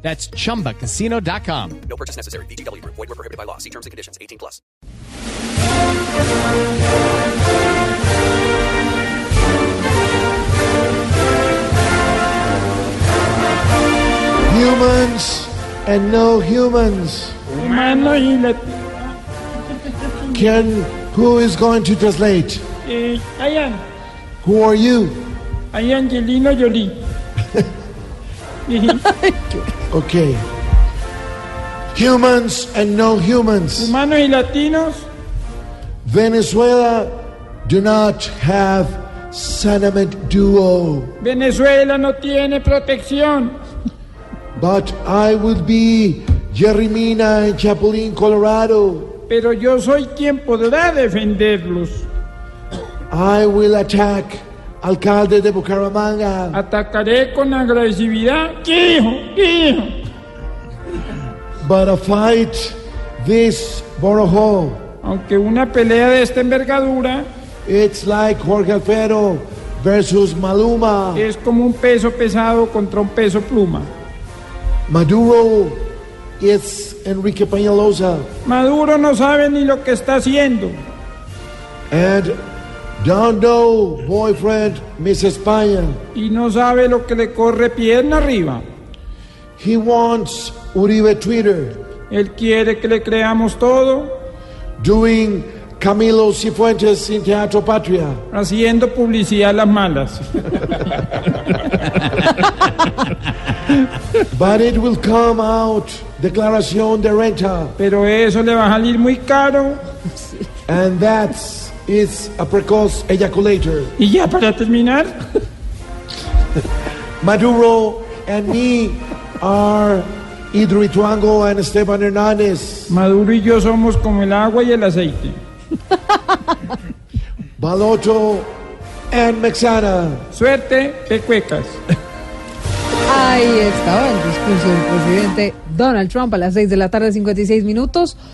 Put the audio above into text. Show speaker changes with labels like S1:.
S1: That's chumbacasino.com.
S2: No purchase necessary. BGW. Void were prohibited by law. See terms and conditions. 18 plus.
S3: Humans and no humans.
S4: Humano y la...
S3: Can who is going to translate?
S4: Eh, Ayan,
S3: Who are you?
S4: ay Angelina Jolie.
S3: Okay. Humans and no humans.
S4: Humanos y latinos,
S3: Venezuela do not have sentiment duo,
S4: Venezuela no tiene protección.
S3: but I will be Jeremina in Chapulín, Colorado.
S4: Pero yo soy quien podrá defenderlos.
S3: I will attack Alcalde de Bucaramanga.
S4: Atacaré con agresividad. ¡Hijo! ¡Hijo!
S3: But I fight this Borojo.
S4: Aunque una pelea de esta envergadura
S3: It's like Jorge Alfredo versus Maluma.
S4: es como un peso pesado contra un peso pluma.
S3: Maduro is Enrique Peñalosa.
S4: Maduro no sabe ni lo que está haciendo.
S3: And don't know boyfriend Miss España.
S4: Y no sabe lo que le corre pierna arriba.
S3: He wants Uribe Twitter
S4: Él quiere que le creamos todo.
S3: doing Camilo Cifuentes in Teatro Patria.
S4: haciendo publicidad a las malas.
S3: But it will come out Declaración de Renta.
S4: Pero eso le va a salir muy caro.
S3: And that's it's a precoce ejaculator.
S4: Y ya para terminar,
S3: Maduro and me are Idrituango and Esteban Hernandez.
S4: Maduro y yo somos como el agua y el aceite.
S3: Baloto and Mexana.
S4: Suerte, pecuecas.
S5: Ahí estaba el discurso del presidente Donald Trump a las 6 de la tarde, 56 minutos.